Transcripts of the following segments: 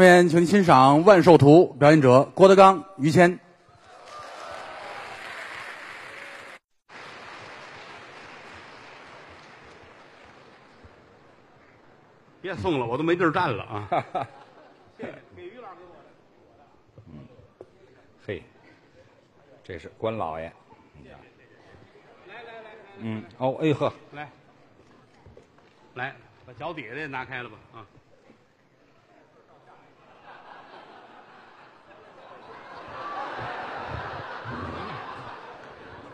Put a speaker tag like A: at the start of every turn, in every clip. A: 下面，请您欣赏《万寿图》，表演者郭德纲、于谦。
B: 别送了，我都没地儿站了啊！
C: 嘿，这是关老爷。嗯，哦，哎呵，
B: 来，来，把脚底下这拿开了吧啊！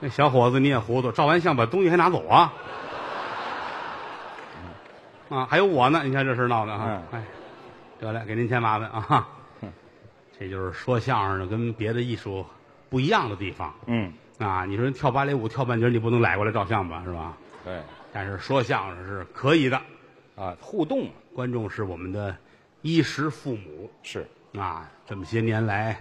B: 那小伙子你也糊涂，照完相把东西还拿走啊？啊，还有我呢！你看这事儿闹的啊！哎，得嘞，给您添麻烦啊！这就是说相声的跟别的艺术不一样的地方。
C: 嗯，
B: 啊，你说人跳芭蕾舞跳半截儿，你不能揽过来照相吧，是吧？
C: 对，
B: 但是说相声是可以的，
C: 哎啊，互动
B: 观众是我们的衣食父母
C: 是
B: 啊。这么些年来，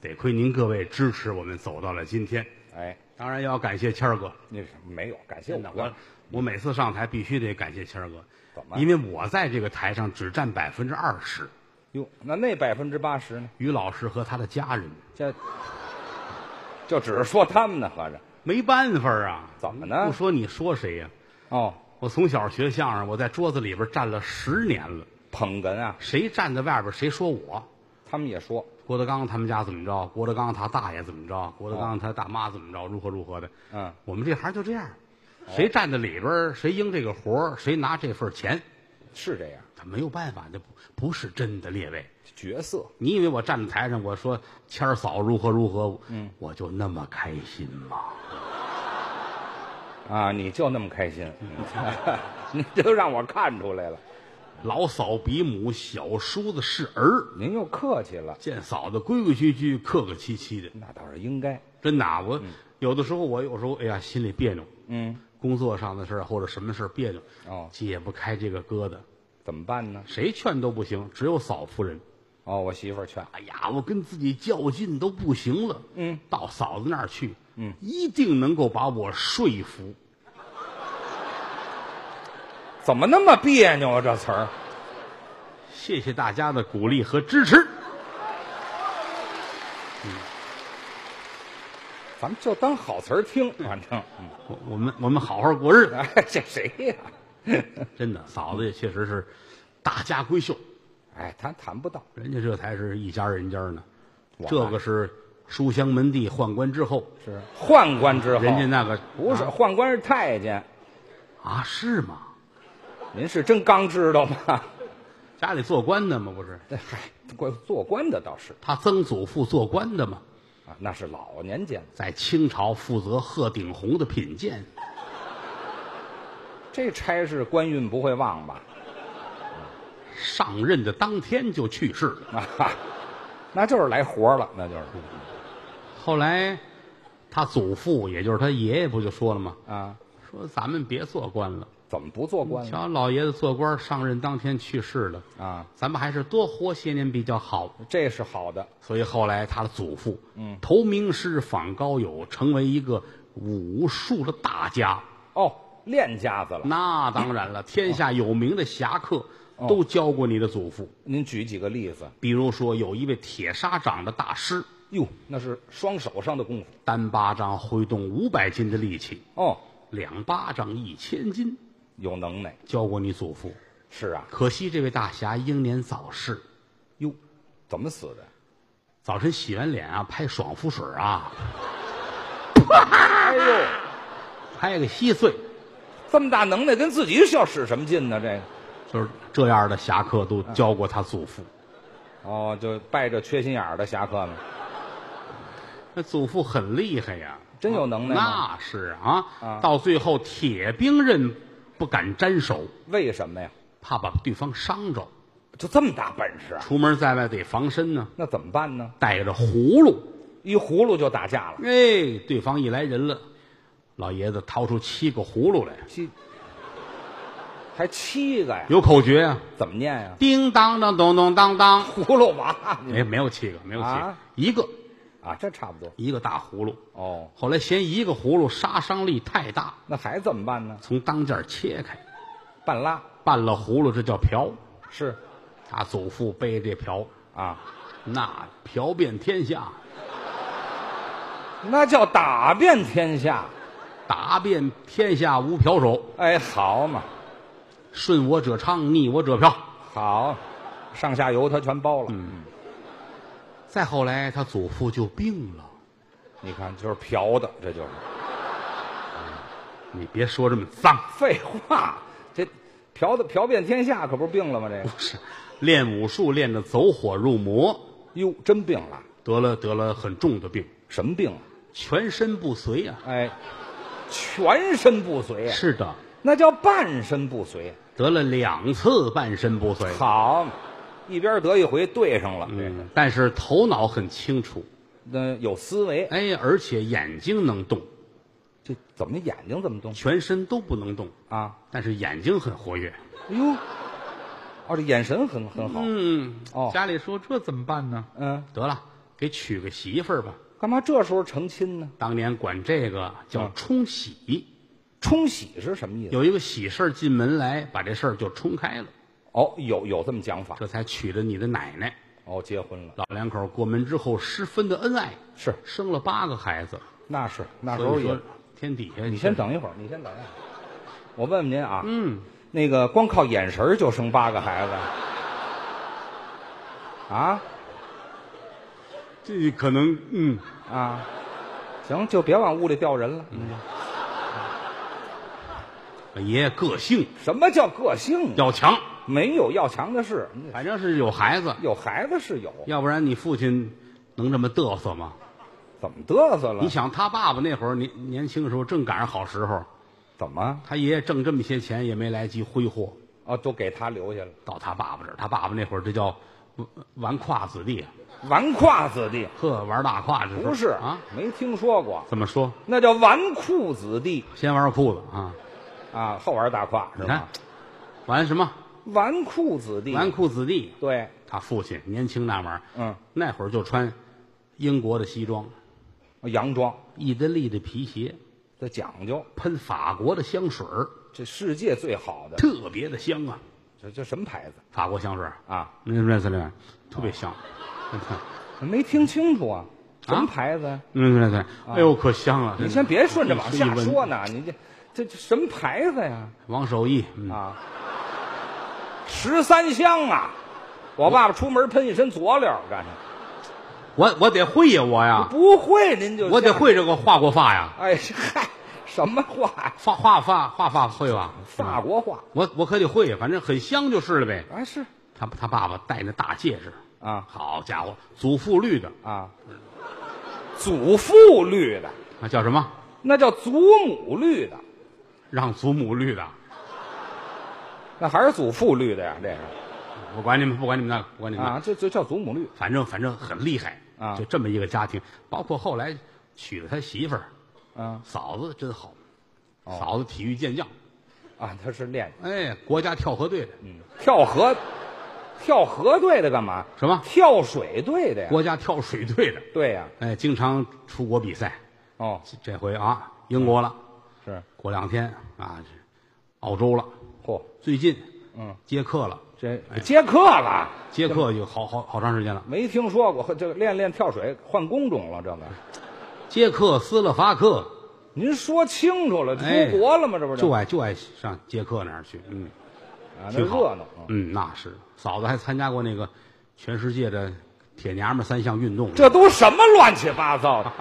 B: 得亏您各位支持，我们走到了今天。
C: 哎，
B: 当然要感谢谦儿哥，
C: 那是没有，感谢
B: 真
C: 我
B: 的，我我每次上台必须得感谢谦儿哥，
C: 怎么
B: 因为我在这个台上只占百分之二十，
C: 哟，那那百分之八十呢？
B: 于老师和他的家人
C: 这就只是说他们呢，合着
B: 没办法啊。
C: 怎么呢
B: 不说你说谁呀、
C: 哦，
B: 我从小学相声，我在桌子里边站了十年了。
C: 捧哏啊，
B: 谁站在外边，谁说我。
C: 他们也说
B: 郭德纲他们家怎么着？郭德纲他大爷怎么着？郭德纲他大妈怎么着？如何如何的？
C: 嗯，
B: 我们这行就这样，谁站在里边儿，谁应这个活儿谁拿这份钱，
C: 是这样，
B: 他没有办法，这不不是真的。列位，
C: 角色
B: 你以为我站在台上，我说谦儿嫂如何如何，嗯，我就那么开心吗？
C: 啊，你就那么开心， 你就让我看出来了，
B: 老嫂比母，小叔子是儿，
C: 您又客气了，
B: 见嫂子规规矩矩、客客气气的，
C: 那倒是应该，
B: 真的啊、我、有的时候我有时候哎呀心里别扭，
C: 嗯，
B: 工作上的事儿或者什么事儿别扭，
C: 哦
B: 解不开这个疙瘩，
C: 怎么办呢？
B: 谁劝都不行，只有嫂夫人。
C: 哦，我媳妇儿劝，
B: 哎呀，我跟自己较劲都不行了，
C: 嗯，
B: 到嫂子那儿去，嗯，一定能够把我说服。
C: 怎么那么别扭啊？这词儿，
B: 谢谢大家的鼓励和支持。
C: 咱们就当好词儿 听，反正，嗯
B: 我我们我们好好过 日子，
C: 哎，这谁呀、
B: 真的，嫂子也确实是大家闺秀，
C: 哎，谈谈不到，
B: 人家这才是一家人家呢。
C: 哇
B: 这个是书香门第，宦官之后，
C: 是宦官之后，
B: 人家啊那个
C: 不是宦官是太监，
B: 啊，是吗？
C: 您是真刚知道吗？
B: 家里做官的吗？不是，
C: 这嗨，官做官的倒是
B: 他曾祖父做官的嘛，
C: 啊，那是老年间，
B: 在清朝负责鹤顶红的品鉴。
C: 这差事官运不会忘吧？
B: 上任的当天就去世了。
C: 啊， 哈那就是来活了，那就是
B: 后来，他祖父，也就是他爷爷，不就说了吗？
C: 啊，
B: 说咱们别做官了，
C: 怎么不做官了
B: 瞧老爷子做官上任当天去世了，
C: 啊？
B: 咱们还是多活些年比较好。
C: 这是好的，
B: 所以后来他的祖父，嗯，投名师访高友，成为一个武术的大家。
C: 哦，练家子了，
B: 那当然了，天下有名的侠客都教过你的祖父。
C: 您举几个例子？
B: 比如说，有一位铁砂掌的大师，
C: 哟，那是双手上的功夫
B: 单巴掌挥动五百斤的力气，
C: 哦，
B: 两巴掌一千斤，
C: 有能耐
B: 教过你祖父。
C: 是啊，
B: 可惜这位大侠英年早逝，
C: 哟，怎么死的？
B: 早晨洗完脸啊，拍爽肤水啊，
C: 哎呦，
B: 拍个稀碎，
C: 这么大能耐，跟自己要使什么劲呢？这个。
B: 就是这样的侠客都教过他祖父。
C: 哦，就拜着缺心眼儿的侠客们，
B: 那祖父很厉害呀，
C: 真有能耐吗
B: 那是啊，
C: 啊
B: 到最后铁兵刃不敢沾手，
C: 为什么呀？
B: 怕把对方伤着。
C: 就这么大本事啊？
B: 出门在外得防身呢，
C: 那怎么办呢？
B: 带着葫芦，
C: 一葫芦就打架了，
B: 哎，对方一来人了，老爷子掏出七个葫芦来，
C: 七，还七个呀？
B: 有口诀啊，
C: 怎么念呀？
B: 叮当当咚咚当当，哎
C: 葫芦娃
B: 没没有七个，没有七个，
C: 啊
B: 一个
C: 啊，这差不多。
B: 一个大葫芦。
C: 哦，
B: 后来嫌一个葫芦杀伤力太大，
C: 那还怎么办呢？
B: 从当间儿切开，
C: 半拉
B: 拌了葫芦，这叫瓢。
C: 是，
B: 他祖父背着这瓢，
C: 啊，
B: 那瓢遍天下，
C: 那叫打遍天下。
B: 打遍天下无瓢手。
C: 哎，好嘛，
B: 顺我者昌，逆我者瓢。
C: 好，上下游他全包了。嗯，
B: 再后来，他祖父就病了。
C: 你看，就是嫖的，这就是
B: 你别说这么脏，
C: 废话。这嫖的嫖遍天下，可不是病了吗？这个，
B: 是练武术练得走火入魔，
C: 哟，真病了，
B: 得了得了很重的病，
C: 什么病啊？
B: 全身不遂呀、
C: 哎，全身不遂啊，
B: 是的，
C: 那叫半身不遂。
B: 得了两次半身不遂。
C: 好，一边得一回，对上了。这个
B: 嗯，但是头脑很清楚，
C: 那有思维，
B: 哎，而且眼睛能动，
C: 这怎么眼睛怎么动
B: 全身都不能动，
C: 啊？
B: 但是眼睛很活跃。
C: 哎呦，哦，这眼神很很好。
B: 嗯，
C: 哦
B: 家里说这怎么办呢？
C: 嗯，
B: 得了，给娶个媳妇儿吧。
C: 干嘛这时候成亲呢？
B: 当年管这个叫
C: 嗯
B: 冲喜，
C: 冲喜是什么意思？
B: 有一个喜事儿进门来，把这事儿就冲开了，
C: 哦，有有这么讲法。
B: 这才娶了你的奶奶。
C: 哦，结婚了
B: 老两口过门之后十分的恩爱，
C: 是，
B: 生了八个孩子。
C: 那是那时
B: 所
C: 候
B: 以
C: 也
B: 说。天底下，
C: 你先等一会儿，你先等一会儿，我问问您啊，
B: 嗯，
C: 那个光靠眼神儿就生八个孩子，啊
B: 这可能嗯，
C: 啊，行，就别往屋里调人了。
B: 嗯爷爷个性
C: 什么叫个性啊？
B: 要强，
C: 没有要强的事，你
B: 反正是有孩子，
C: 有孩子是有，
B: 要不然你父亲能这么嘚瑟吗？
C: 怎么嘚瑟了
B: 你？想他爸爸那会儿年年轻的时候正赶上好时候，
C: 怎么？
B: 他爷爷挣这么些钱也没来及挥霍，
C: 哦，都给他留下了，
B: 到他爸爸这儿，他爸爸那会儿这叫呃纨绔子弟，啊
C: 纨绔子弟
B: 呵，玩大胯这
C: 不是
B: 啊？，
C: 没听说过，
B: 怎么说？
C: 那叫纨绔子弟
B: 先玩裤子啊，
C: 啊，后玩大胯是
B: 你看
C: 吧？，
B: 玩什么？
C: 纨绔子弟，
B: 纨绔子弟，
C: 对，
B: 他父亲年轻那玩意儿，
C: 嗯，
B: 那会儿就穿英国的西装，
C: 洋装，
B: 意大利的皮鞋，
C: 这讲究，
B: 喷法国的香水儿
C: 这世界最好的，
B: 特别的香啊！
C: 这这什么牌子
B: 法国香水儿
C: 啊？
B: 您认识这个？特别香，
C: 没听清楚啊，什么牌子？
B: 嗯，对对，哎呦，可香了！
C: 啊你
B: 真的
C: 先别顺着往下
B: 一
C: 说
B: 闻
C: 呢，你这这这什么牌子呀？
B: 王守义，嗯，
C: 啊，十三香啊！我爸爸出门喷一身佐料干什么？
B: 我我得会呀，我呀，
C: 不会您就
B: 我得
C: 下。
B: 会这个画过发呀，
C: 哎，这嗨，什么话呀？
B: 发画发画发会吧？
C: 法国话
B: 我我可得会呀，反正很香就是了呗。
C: 啊是
B: 他他爸爸戴那大戒指，
C: 啊
B: 好家伙，祖父绿的，
C: 啊，祖父绿的，
B: 啊叫什么？
C: 那叫祖母绿的，
B: 让祖母绿的。
C: 那还是祖父绿的呀？这是
B: 我管你们，不管你们那个，不管你们那个
C: 啊，这就叫祖母绿
B: 反正反正很厉害
C: 啊
B: 就这么一个家庭，包括后来娶了他媳妇儿，
C: 啊
B: 嫂子真好，
C: 哦
B: 嫂子体育健将，
C: 啊，他是练
B: 哎，国家跳河队的，
C: 跳河，跳河队的干嘛？
B: 什么
C: 跳水队的呀？
B: 国家跳水队的，
C: 对呀，
B: 哎，经常出国比赛。
C: 哦
B: 这这回啊，英国了，
C: 是，
B: 过两天啊，这澳洲了，
C: 嚯，
B: 最近
C: 嗯，
B: 接客了，
C: 这接客了。
B: 接客有好好好长时间了，
C: 没听说过，这个练练跳水换工种了，这个
B: 接客斯洛伐克，
C: 您说清楚了，
B: 哎
C: 出国了吗？这不是
B: 就爱就爱上接客那儿去，嗯。
C: 啊，那
B: 挺好
C: 热闹啊！
B: 嗯，那是嫂子还参加过那个全世界的铁娘们三项运动，
C: 这都什么乱七八糟的？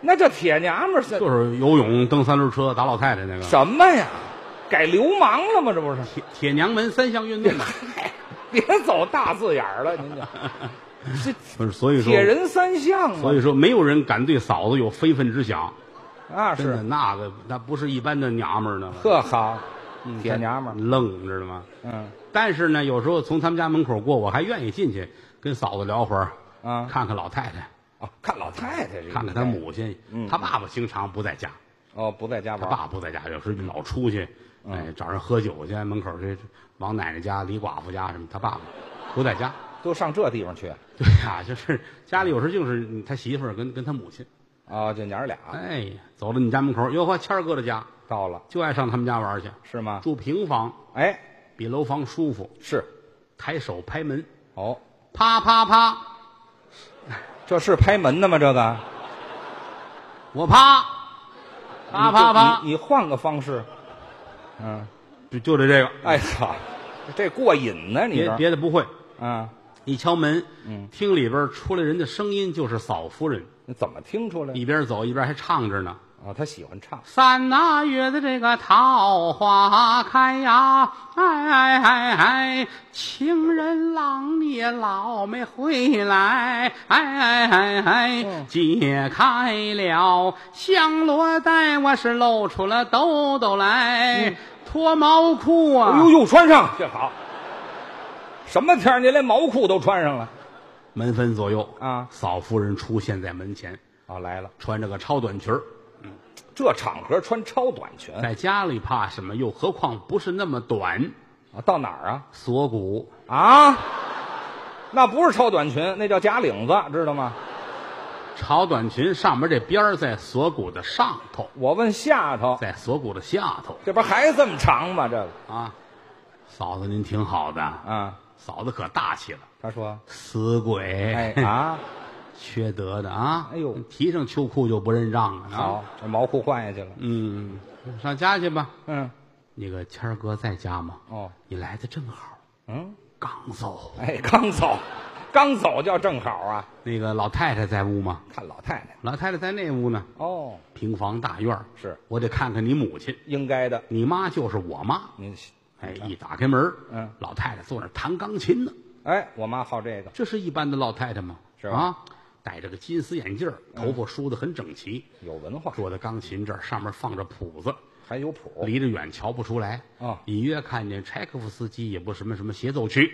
C: 那这铁娘们儿是
B: 就是游泳、蹬三轮车、打老太太那个
C: 什么呀？改流氓了吗？这不是？
B: 铁铁娘门三项运动嘛。
C: 嗨，别走大字眼儿了，您这
B: 不是，所以
C: 这
B: 说
C: 铁人三项啊
B: 哎所以说没有人敢对嫂子有非分之想，
C: 那
B: 真的
C: 啊是
B: 那个那不是一般的娘们儿呢，
C: 特好，
B: 嗯
C: 铁娘们儿，
B: 愣，你知道吗？
C: 嗯
B: 但是呢，有时候从他们家门口过，我还愿意进去跟嫂子聊会儿，
C: 啊
B: 看看老太太，
C: 哦，看老太太这个
B: 看看他母亲，
C: 嗯
B: 他爸爸经常不在家。
C: 哦，不在家
B: 他
C: 玩儿
B: 爸不在家，有时候就老出去，
C: 嗯
B: 哎，找人喝酒去，门口去王奶奶家、李寡妇家什么，他爸爸不在家。
C: 都上这地方去
B: 对呀、就是家里有时候就是他媳妇儿跟跟他母亲，
C: 啊，这娘儿俩
B: 哎，走到你家门口，哟呵，谦儿哥的家
C: 到了
B: 就爱上他们家玩去，
C: 是吗？
B: 住平房，
C: 哎，
B: 比楼房舒服。
C: 是
B: 抬手拍门，
C: 哦，
B: 啪啪啪，
C: 这是拍门的吗？这个
B: 我啪，啪啪啪
C: 你，你换个方式。嗯，
B: 就就得这个，
C: 哎操，这过瘾呢，你
B: 别
C: 这
B: 别的不会。
C: 啊，
B: 一敲门，
C: 嗯，
B: 听里边出来人的声音就是嫂夫人，
C: 你怎么听出来？
B: 一边走一边还唱着呢。
C: 哦，他喜欢唱。
B: 三那月的这个桃花开呀，哎哎哎哎，情人郎你也老没回来，哎哎哎哎
C: 嗯，
B: 解开了香罗带，我是露出了兜兜来，脱毛裤啊，
C: 嗯哎呦呦，穿上这好。什么天儿您连毛裤都穿上了？
B: 门分左右
C: 啊
B: 嫂夫人出现在门前，
C: 哦，来了，
B: 穿着个超短裙儿
C: 这场合穿超短裙
B: 在家里怕什么？又何况不是那么短，
C: 啊？到哪儿啊？
B: 锁骨
C: 啊，那不是超短裙，那叫假领子，知道吗？
B: 长短裙上面这边儿在锁骨的上头，
C: 我问下头，
B: 在锁骨的下头
C: 这不还这么长吗？这个
B: 啊。嫂子，您挺好的，
C: 啊，
B: 嫂子可大气了，
C: 他说，
B: 死鬼，
C: 哎啊，
B: 缺德的啊！
C: 哎呦
B: 提上秋裤就不认账了啊！
C: 好，这毛裤换下去了。
B: 嗯，上家去吧。
C: 嗯，
B: 那个谦儿哥在家吗？
C: 哦，
B: 你来的正好，
C: 嗯，
B: 刚走。
C: 哎，刚走，刚走叫正好啊。
B: 那个老太太在屋吗？
C: 看老太太，
B: 老太太在那屋呢，
C: 哦，
B: 平房大院儿
C: 是
B: 我得看看你母亲，
C: 应该的。
B: 你妈就是我妈。
C: 您，
B: 哎，一打开门儿，
C: 嗯
B: 老太太坐那儿弹钢琴呢。
C: 哎，我妈好这个，
B: 这是一般的老太太吗？
C: 是吧
B: 啊，戴着个金丝眼镜儿，头发梳得很整齐，
C: 有文化，
B: 坐在钢琴这儿，上面放着谱子，
C: 还有谱，
B: 离着远瞧不出来。
C: 啊
B: 隐约看见柴可夫斯基也不什么什么协奏曲，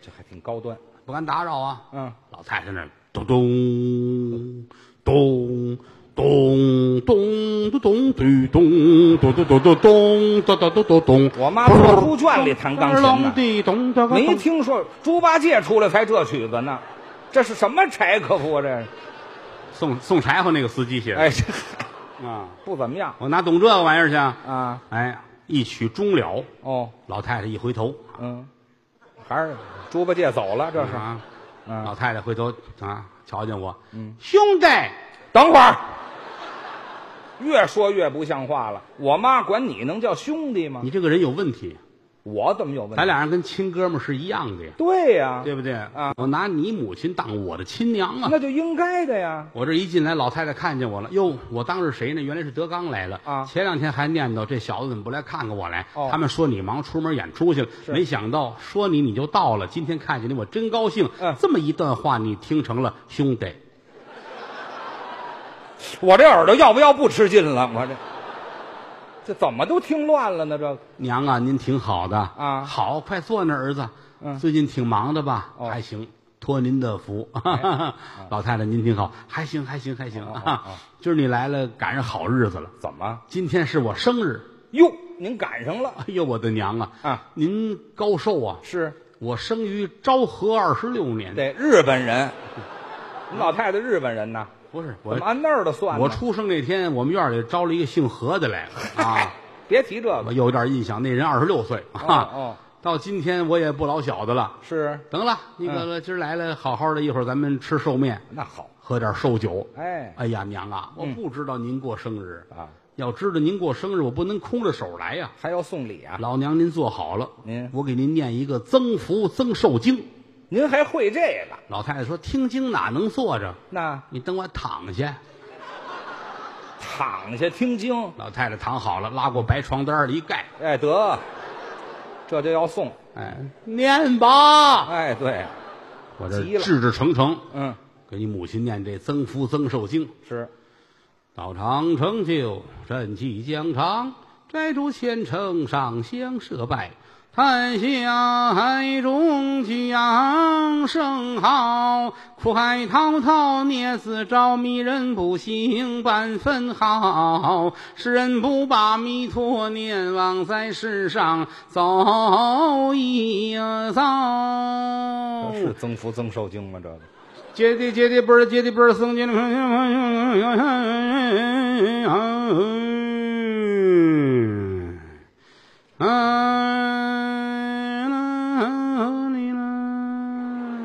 C: 这还挺高端。
B: 不敢打扰啊。
C: 嗯，
B: 老太太那儿咚咚咚咚咚咚咚咚咚咚咚咚咚咚咚咚咚咚咚。
C: 我妈做猪圈里弹钢琴呢，
B: 琴呢
C: 没听说猪八戒出来才这曲子呢，这是什么柴可夫啊？这是？
B: 送送柴火那个司机写的。
C: 哎，这
B: 啊，
C: 不怎么样
B: 我哪懂这个玩意儿去啊？
C: 啊。
B: 哎，一曲终了，
C: 哦，
B: 老太太一回头
C: 嗯，还是猪八戒走了，这是。
B: 啊，
C: 嗯
B: 老太太回头啊，瞧见我，兄弟，
C: 等会儿，越说越不像话了。我妈管你能叫兄弟吗？
B: 你这个人有问题，
C: 我怎么有问题？
B: 咱俩人跟亲哥们儿是一样的呀，
C: 对呀、
B: 对不对？
C: 啊
B: 我拿你母亲当我的亲娘啊。
C: 那就应该的呀。
B: 我这一进来，老太太看见我了，哟，我当是谁呢？原来是德刚来了
C: 啊
B: 前两天还念叨这小子怎么不来看看我来，
C: 哦
B: 他们说你忙出门演出去了，没想到说你你就到了。今天看见你，我真高兴。
C: 嗯
B: 这么一段话你听成了兄弟，
C: 我这耳朵要不要不吃劲了？我这 这怎么都听乱了呢？这个
B: 娘啊，您挺好的
C: 啊
B: 好，快坐那儿儿子。
C: 嗯
B: 最近挺忙的吧？
C: 哦哎啊
B: 还行，托您的福。 老太太您挺好，还行还行还行。
C: 哦哦 哦
B: 今儿你来了，赶上好日子了。
C: 怎么
B: 今天是我生日，
C: 哟？您赶上了
B: 哎呦我的娘啊！
C: 啊？
B: 您高寿啊？
C: 是
B: 我生于昭和二十六年，
C: 得日本人，你老太太日本人呐？
B: 不是
C: 怎
B: 我
C: 么，按那儿的算呢？
B: 我出生那天，我们院里招了一个姓何的 来了啊，
C: 别提这个
B: 我有点印象，那人二十六岁啊，
C: 哦，
B: 到今天我也不老小的了。
C: 是
B: 等了，
C: 嗯
B: 那个今儿来了，好好的，一会儿咱们吃寿面，
C: 那好，
B: 喝点寿酒。
C: 哎
B: 哎呀，娘啊，我
C: 嗯
B: 不知道您过生日，
C: 啊，
B: 要知道您过生日，我不能空着手来呀。
C: 还要送礼啊？
B: 老娘您坐好了，
C: 您
B: 我给您念一个增福增寿经。
C: 您还会这个？
B: 老太太说：“听经哪能坐着？
C: 那
B: 你等我躺下。”
C: 躺下听经，
B: 老太太躺好了，拉过白床单儿一盖，
C: 哎得，这就要送，
B: 哎，念吧。
C: 哎对，
B: 我这
C: 急了
B: 志志诚诚，
C: 嗯
B: 给你母亲念这《增福增寿经》：
C: 是，
B: 道长成就，振气疆场，摘竹千乘，上香设拜，叹息海中桨声好，苦海滔滔，孽子招迷人不醒半分好。世人不把弥陀念，枉在世上走一遭。
C: 这是增福增寿经吗？这个
B: 接的接的不是接的不是僧接的。嗯，啊啦啦啦啦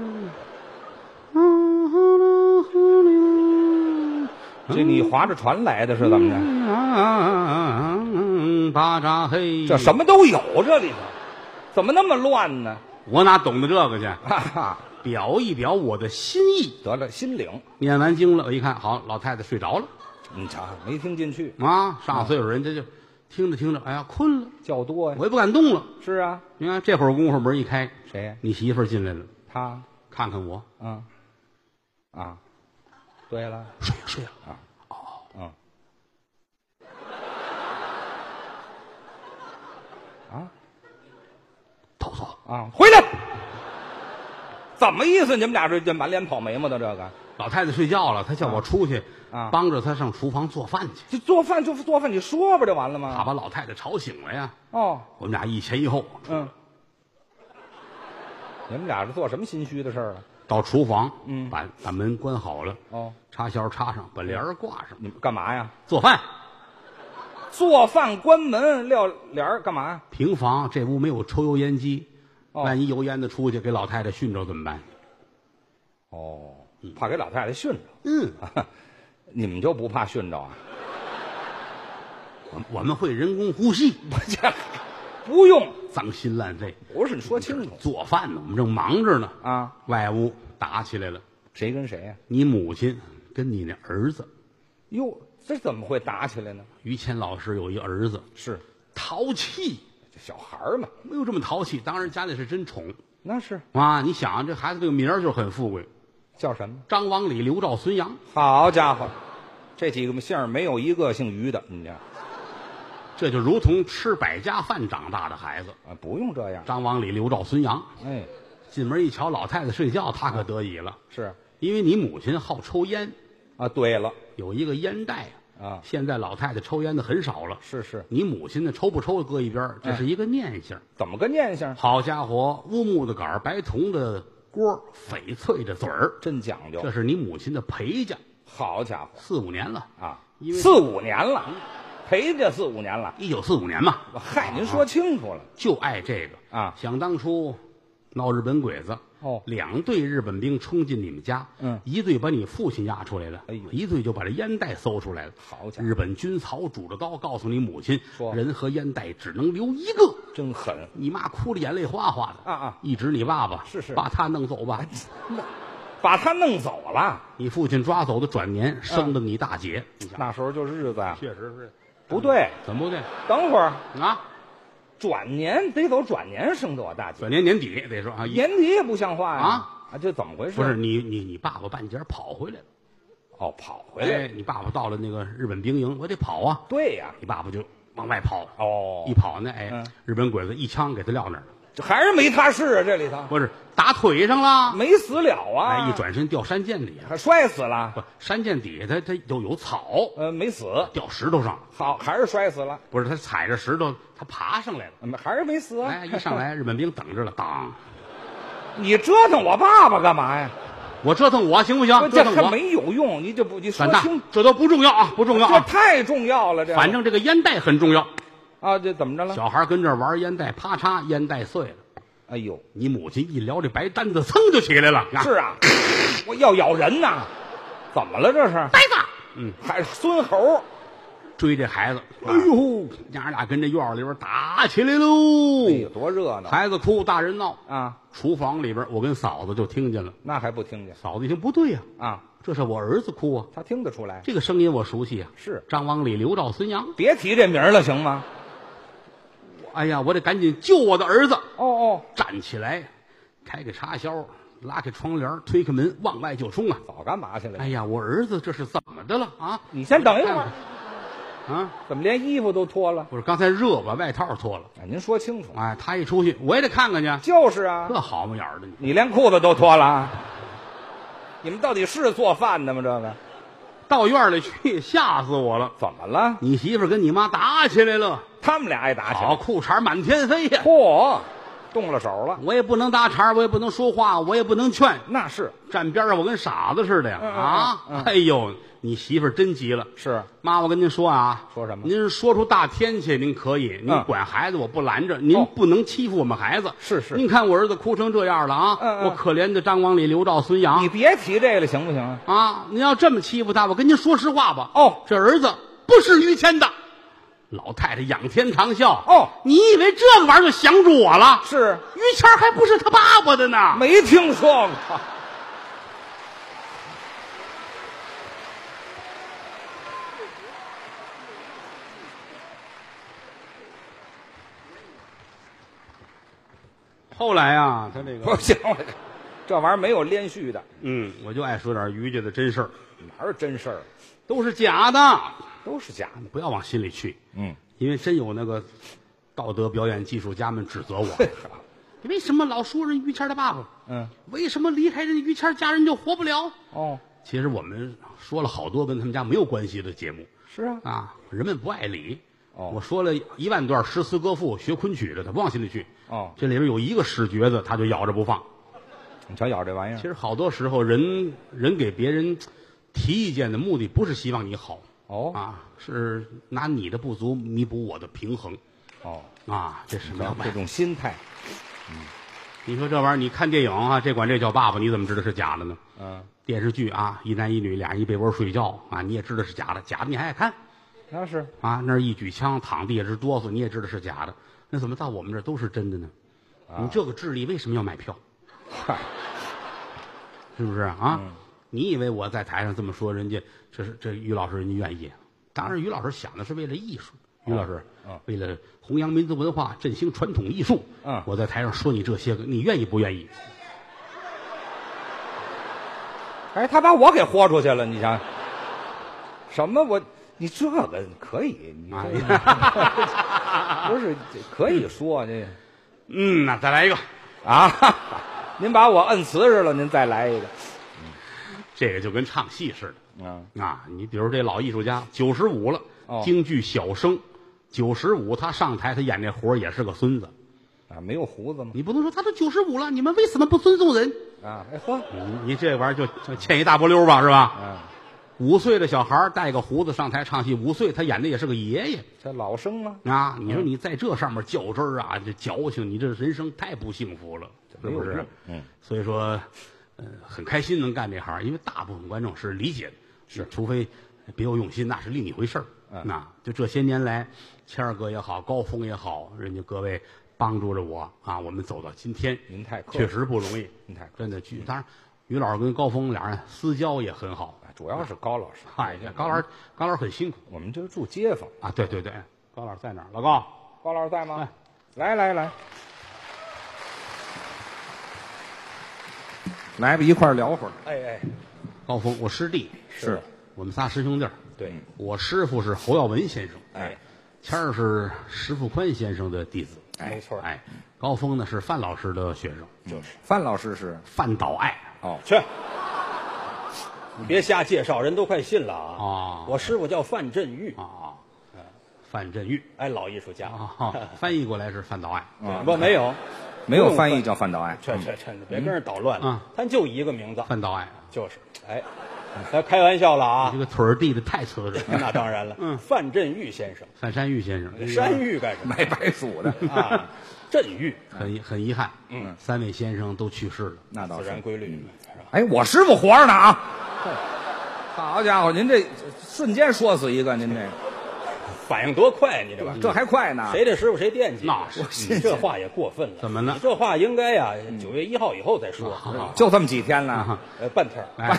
C: 这你划着船来的是怎么着？
B: 嗯，巴扎嘿，
C: 这什么都有，这里头怎么那么乱呢？
B: 我哪懂得这个去？
C: 哈哈，
B: 表一表我的心意。
C: 得了，心领。
B: 念完经了，我一看，好，老太太睡着了
C: 你瞧，没听进去，
B: 啊，上岁数人家就听着听着，哎呀，困了，
C: 叫多呀。
B: 我也不敢动了。
C: 是啊，
B: 你看这会儿功夫门一开，
C: 谁呀？
B: 你媳妇儿进来了，
C: 他，
B: 看看我，
C: 嗯，啊，对了，
B: 睡了睡了，哦
C: 嗯，啊
B: 抖擞。
C: 啊，回来！怎么意思？你们俩这这满脸跑眉毛的这个，
B: 老太太睡觉了，她叫我出去，
C: 啊
B: 帮着她上厨房做饭去，
C: 这做饭就做饭，你说不就完了
B: 怕
C: 吗？
B: 把老太太吵醒了呀。
C: 哦，
B: 我们俩一前一后
C: 嗯，你们俩是做什么心虚的事儿了？
B: 到厨房，
C: 嗯
B: 把把门关好了，
C: 哦，
B: 插销插上，把帘儿挂上，
C: 你们干嘛呀？
B: 做饭。
C: 做饭关门撂帘儿干嘛呀？
B: 平房这屋没有抽油烟机，
C: 哦
B: 万一油烟子出去给老太太熏着怎么办？
C: 哦，怕给老太太训着，
B: 嗯，
C: 你们就不怕训着啊？
B: 我我们会人工呼吸，
C: 这不用，
B: 脏心烂肺。
C: 不是你说清楚
B: 做饭呢，我们正忙着呢。
C: 啊，
B: 外屋打起来了，
C: 谁跟谁呀、啊
B: 你母亲跟你那儿子，
C: 哟，这怎么会打起来呢？
B: 于谦老师有一儿子，
C: 是
B: 淘气，
C: 这小孩儿嘛，
B: 没有这么淘气。当然家里是真宠
C: 那是
B: 啊！你想这孩子这个名儿就是很富贵，
C: 叫什么？
B: 张王李刘赵孙杨，
C: 好家伙，这几个姓儿没有一个姓于的，你这啊，
B: 这就如同吃百家饭长大的孩子。
C: 不用这样。
B: 张王李刘赵孙杨，
C: 哎，
B: 进门一瞧，老太太睡觉，他可得意了，
C: 是
B: 因为你母亲好抽烟，
C: 啊，对了
B: 有一个烟袋
C: 啊
B: 现在老太太抽烟的很少了，
C: 是是，
B: 你母亲呢抽不抽搁一边儿，这
C: 哎
B: 是一个念想。
C: 怎么个念想？
B: 好家伙，乌木的杆儿，白铜的锅儿，翡翠的嘴儿，
C: 真讲究
B: 这，是你母亲的陪嫁，
C: 好家伙
B: 四五年了，
C: 啊
B: 因，为
C: 四五年了，陪着四五年了。
B: 一九四五年嘛，
C: 嗨，您说清楚了，
B: 就爱这个
C: 啊
B: 想当初闹日本鬼子。
C: 哦
B: 两队日本兵冲进你们家，
C: 嗯
B: 一队把你父亲押出来了，
C: 哎呦
B: 一队就把这烟袋搜出来了。
C: 好家伙
B: 日本军曹拄着刀告诉你母亲，
C: 说
B: 人和烟袋只能留一个。
C: 真狠。
B: 你妈哭的眼泪哗哗的
C: 啊啊！
B: 一指你爸爸，
C: 是是
B: 把他弄走吧。
C: 把他弄走了。
B: 你父亲抓走的，转
C: 嗯
B: 年生的你大姐。你想
C: 那时候就日子啊，
B: 确实是
C: 不对。
B: 怎么不对
C: 等会儿
B: 啊？
C: 转年得走，转年生的我大姐，
B: 转年年底得说啊，一
C: 年底也不像话呀！
B: 啊
C: 啊，这怎么回事？
B: 不是你你你爸爸半截跑回来了，
C: 哦，跑回来。
B: 哎，你爸爸到了那个日本兵营，我得跑啊。
C: 对呀、
B: 你爸爸就往外跑，
C: 哦
B: 一，跑呢，哎
C: 嗯，
B: 日本鬼子一枪给他撂那儿了，
C: 这还是没他事啊，这里头
B: 不是打腿上了，
C: 没死了啊！
B: 哎，一转身掉山涧里，
C: 还摔死了，
B: 不，山涧底下它它又有草，
C: 呃，没死，
B: 掉石头上了，
C: 好，还是摔死了，
B: 不是他踩着石头，他爬上来了，
C: 嗯还是没死啊！
B: 哎，一上来日本兵等着了，当，
C: 你折腾我爸爸干嘛呀？
B: 我折腾我行不行？啊折
C: 这
B: 腾
C: 还
B: 我，
C: 没有用，你这不你说
B: 胆大
C: 清，，
B: 这都不重要啊，不重要
C: 这
B: 啊，
C: 太重要了，这
B: 反正这个烟袋很重要，
C: 啊，这怎么着了？
B: 小孩跟这儿玩烟袋，啪嚓，烟袋碎了。
C: 哎呦，
B: 你母亲一撩这白单子，噌就起来了。
C: 是啊，我要咬人呐！怎么了这是？
B: 呆子，嗯，
C: 还是孙
B: 啊
C: 猴？
B: 追这孩子，哎呦，娘儿俩跟这院儿里边打起来喽
C: 哎，呦，多热闹
B: 孩子哭，大人闹。
C: 啊！
B: 厨房里边，我跟嫂子就听见了。
C: 那还不听见
B: 嫂子一听不对呀、
C: 啊？
B: 这是我儿子哭啊，
C: 他听得出来。
B: 这个声音我熟悉啊。
C: 是
B: 张王李刘赵孙杨，
C: 别提这名儿了，行吗？
B: 哎呀，我得赶紧救我的儿子！
C: 哦哦，
B: 站起来，开开插销，拉开窗帘，推开门，往外就冲啊！
C: 早干嘛去了？
B: 哎呀，我儿子这是怎么的了啊？
C: 你先等一会儿
B: 看，看啊！
C: 怎么连衣服都脱了？
B: 我说刚才热，把外套脱了。
C: 啊，您说清楚。
B: 哎，他一出去，我也得看看去。
C: 就是啊，
B: 这好模样儿的，你
C: 你连裤子都脱了啊。你们到底是做饭的吗？这个
B: 到院儿里去，吓死我了！
C: 怎么了？
B: 你媳妇儿跟你妈打起来了，
C: 他们俩爱打起
B: 好
C: 来。
B: 裤衩满天飞呀！
C: 嚯，动了手了，
B: 我也不能搭茬儿，我也不能说话，我也不能劝，
C: 那是
B: 站边上我跟傻子似的呀！
C: 嗯嗯
B: 啊
C: 嗯嗯，
B: 哎呦，你媳妇儿真急了。
C: 是
B: 妈，我跟您说啊，
C: 说什么
B: 您说出大天去，您可以，您
C: 嗯
B: 管孩子我不拦着，您
C: 哦
B: 不能欺负我们孩子。
C: 是是
B: 您看我儿子哭成这样了啊，
C: 嗯嗯
B: 我可怜的张王李刘赵孙杨
C: 你别提这个了，行不行啊？
B: 啊，您要这么欺负他，我跟您说实话吧，
C: 哦
B: 这儿子不是于谦的。老太太仰天长啸，
C: 哦
B: 你以为这个玩意儿就降住我了？
C: 是
B: 于谦还不是他爸爸的呢。
C: 没听说过。
B: 后来啊，他这个，
C: 不行了，这玩意儿没有连续的，
B: 嗯，我就爱说点于家的真事儿，
C: 哪有真事儿？啊
B: 都是假的，
C: 都是假的。
B: 不要往心里去。
C: 嗯，
B: 因为真有那个道德表演技术家们指责我， 你为什么老说人于谦他爸爸？
C: 嗯，
B: 为什么离开人于谦家人就活不了？
C: 哦，
B: 其实我们说了好多跟他们家没有关系的节目
C: 是啊，
B: 啊，人们不爱理。
C: 哦
B: 我说了一万段诗词歌赋，学昆曲的他不往心里去。
C: 哦
B: 这里边有一个屎橛子，他就咬着不放。
C: 你瞧咬这玩意
B: 其实
C: 儿。
B: 好多时候人，人给别人提意见的目的不是希望你好
C: 哦
B: 啊，是拿你的不足弥补我的平衡
C: 哦，
B: 啊，这是没有
C: 瞧
B: 办
C: 这
B: 法。
C: 种心态，
B: 你说这玩意儿，你看电影啊，这管这叫爸爸，你怎么知道是假的呢？
C: 嗯，
B: 电视剧啊，一男一女俩人一被窝睡觉啊，你也知道是假的，假的你还爱看
C: 那是
B: 啊？那儿一举枪躺地下直哆嗦，你也知道是假的，那怎么到我们这儿都是真的呢？你
C: 啊
B: 这个智力为什么要买票？
C: 嗨，
B: 是不是啊？
C: 嗯
B: 你以为我在台上这么说，人家这是这于老师人家愿意？啊当然，于老师想的是为了艺术，于老师
C: 嗯，
B: 为了弘扬民族文化，振兴传统艺术。
C: 嗯
B: 我在台上说你这些个，你愿意不愿意？
C: 哎，他把我给豁出去了，你想想，什么我？你这个可以，你
B: 哎
C: 这 不是这可以说啊这
B: 嗯，那再来一个，
C: 啊？ 您把我摁瓷实了，您再来一个。
B: 这个就跟唱戏似
C: 嗯，
B: 的啊！你比如这老艺术家九十五了
C: 哦，
B: 京剧小生，九十五他上台他演这活儿也是个孙子，
C: 啊，没有胡子吗？
B: 你不能说他都九十五了，你们为什么不尊重人？
C: 啊，哎呵，
B: 你你这玩意儿就就欠一大波溜儿吧，是吧？
C: 嗯，
B: 五岁的小孩儿带个胡子上台唱戏，五岁他演的也是个爷爷
C: 这老生吗？
B: 啊！你
C: 嗯
B: 说你在这上面较真儿啊，这矫情，你这人生太不幸福了，是
C: 没有
B: 不是
C: 用？嗯，
B: 所以说，呃，很开心能干这行，因为大部分观众是理解的，是，除非呃别有用心，那是另一回事儿。
C: 嗯
B: 那就这些年来，谦儿哥也好，高峰也好，人家各位帮助着我啊，我们走到今天，
C: 您太客气
B: 确实不容易，
C: 您太客
B: 真
C: 气
B: 的。当然，于老师跟高峰俩人私交也很好，
C: 啊主要是高老师。
B: 嗨，高老师，高老师很辛苦
C: 我们这住街坊。
B: 啊！对对对，高老师在哪儿？老高，
C: 高老师在吗？来来来，来吧，一块儿聊会儿。哎哎，
B: 高峰，我师弟，
C: 是，
B: 我们仨师兄弟儿。
C: 对，
B: 我师傅是侯耀文先生，
C: 嗯哎，
B: 谦儿是石富宽先生的弟子，
C: 没错，
B: 哎，高峰呢是范老师的学生，
D: 嗯
C: 就是
E: 范老师是
B: 范岛爱
E: 哦，
D: 去，你嗯别瞎介绍，人都快信了啊！
B: 哦
D: 我师傅叫范振玉，
B: 啊，范振玉
D: 哎，老艺术家。
B: 啊，翻译过来是范岛爱，
E: 啊
D: 不，
C: 嗯
D: 没有，
E: 没有翻译叫范岛爱，嗯
D: 去去去，你别跟人捣乱
B: 嗯
D: 了。他就一个名字，
B: 范岛爱，
D: 就是哎，咱开玩笑了
B: 这
D: 啊。
B: 个腿儿递的太瓷实
C: 嗯
B: 了。
D: 那 当然了，
B: 嗯
D: 范振玉先生，
B: 范山玉先生，
D: 山玉干什么
E: 买白薯 的，
D: 啊？振玉，
B: 很遗很遗憾，嗯，三位先生都去世了。
E: 那倒
D: 自然
E: 是。
D: 规律是吧？
E: 哎，我师傅活着呢啊！好家伙，您这瞬间说死一个，您这个
D: 反应多快，你这玩意儿
E: 这还快呢。
D: 嗯谁的师傅谁惦记？
B: 嗯那是
D: 你这话也过分了。
B: 怎么呢嗯
D: 你这话应该呀，九月一号以后再说，是吧
E: 就这么几天了，
B: 啊，
D: 呃，半天儿。
B: 哎，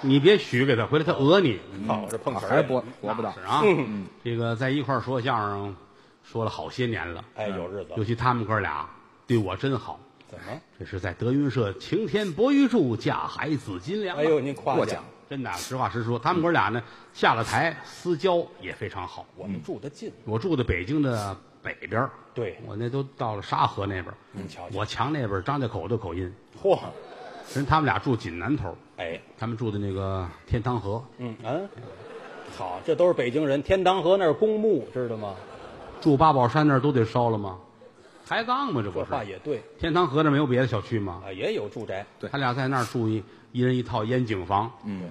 B: 你别许给他，回来他讹你。
D: 好，嗯我这碰瓷儿
E: 还
D: 了
E: 博博不到
B: 是。啊，
D: 嗯
B: 这个在一块儿说相声，说了好些年了，
D: 哎，有日子
B: 尤其他们哥俩对我真好。
D: 怎么？
B: 这是在德云社晴天博玉柱，架海紫金梁。啊
D: 哎呦，，您夸
E: 过
D: 奖
E: 奖，
B: 真的，啊实话实说，他们哥俩呢下了台私交也非常好。
D: 我们住得近，啊
B: 我住的北京的北边儿
D: 对
B: 我那都到了沙河那边儿
D: 你瞧瞧，
B: 我强那边儿张家口的口音，
D: 嚯，
B: 人他们俩住锦南头儿，
D: 哎，
B: 他们住的那个天堂河，
D: 嗯嗯，好，这都是北京人，天堂河那儿公墓，知道吗？
B: 住八宝山那儿都得烧了吗？抬杠吗？这不
D: 这
B: 是？
D: 话也对
B: 天堂河那儿没有别的小区吗？
D: 啊，也有住宅，
E: 对
B: 他俩在那儿住一一人一套烟景房，
E: 嗯，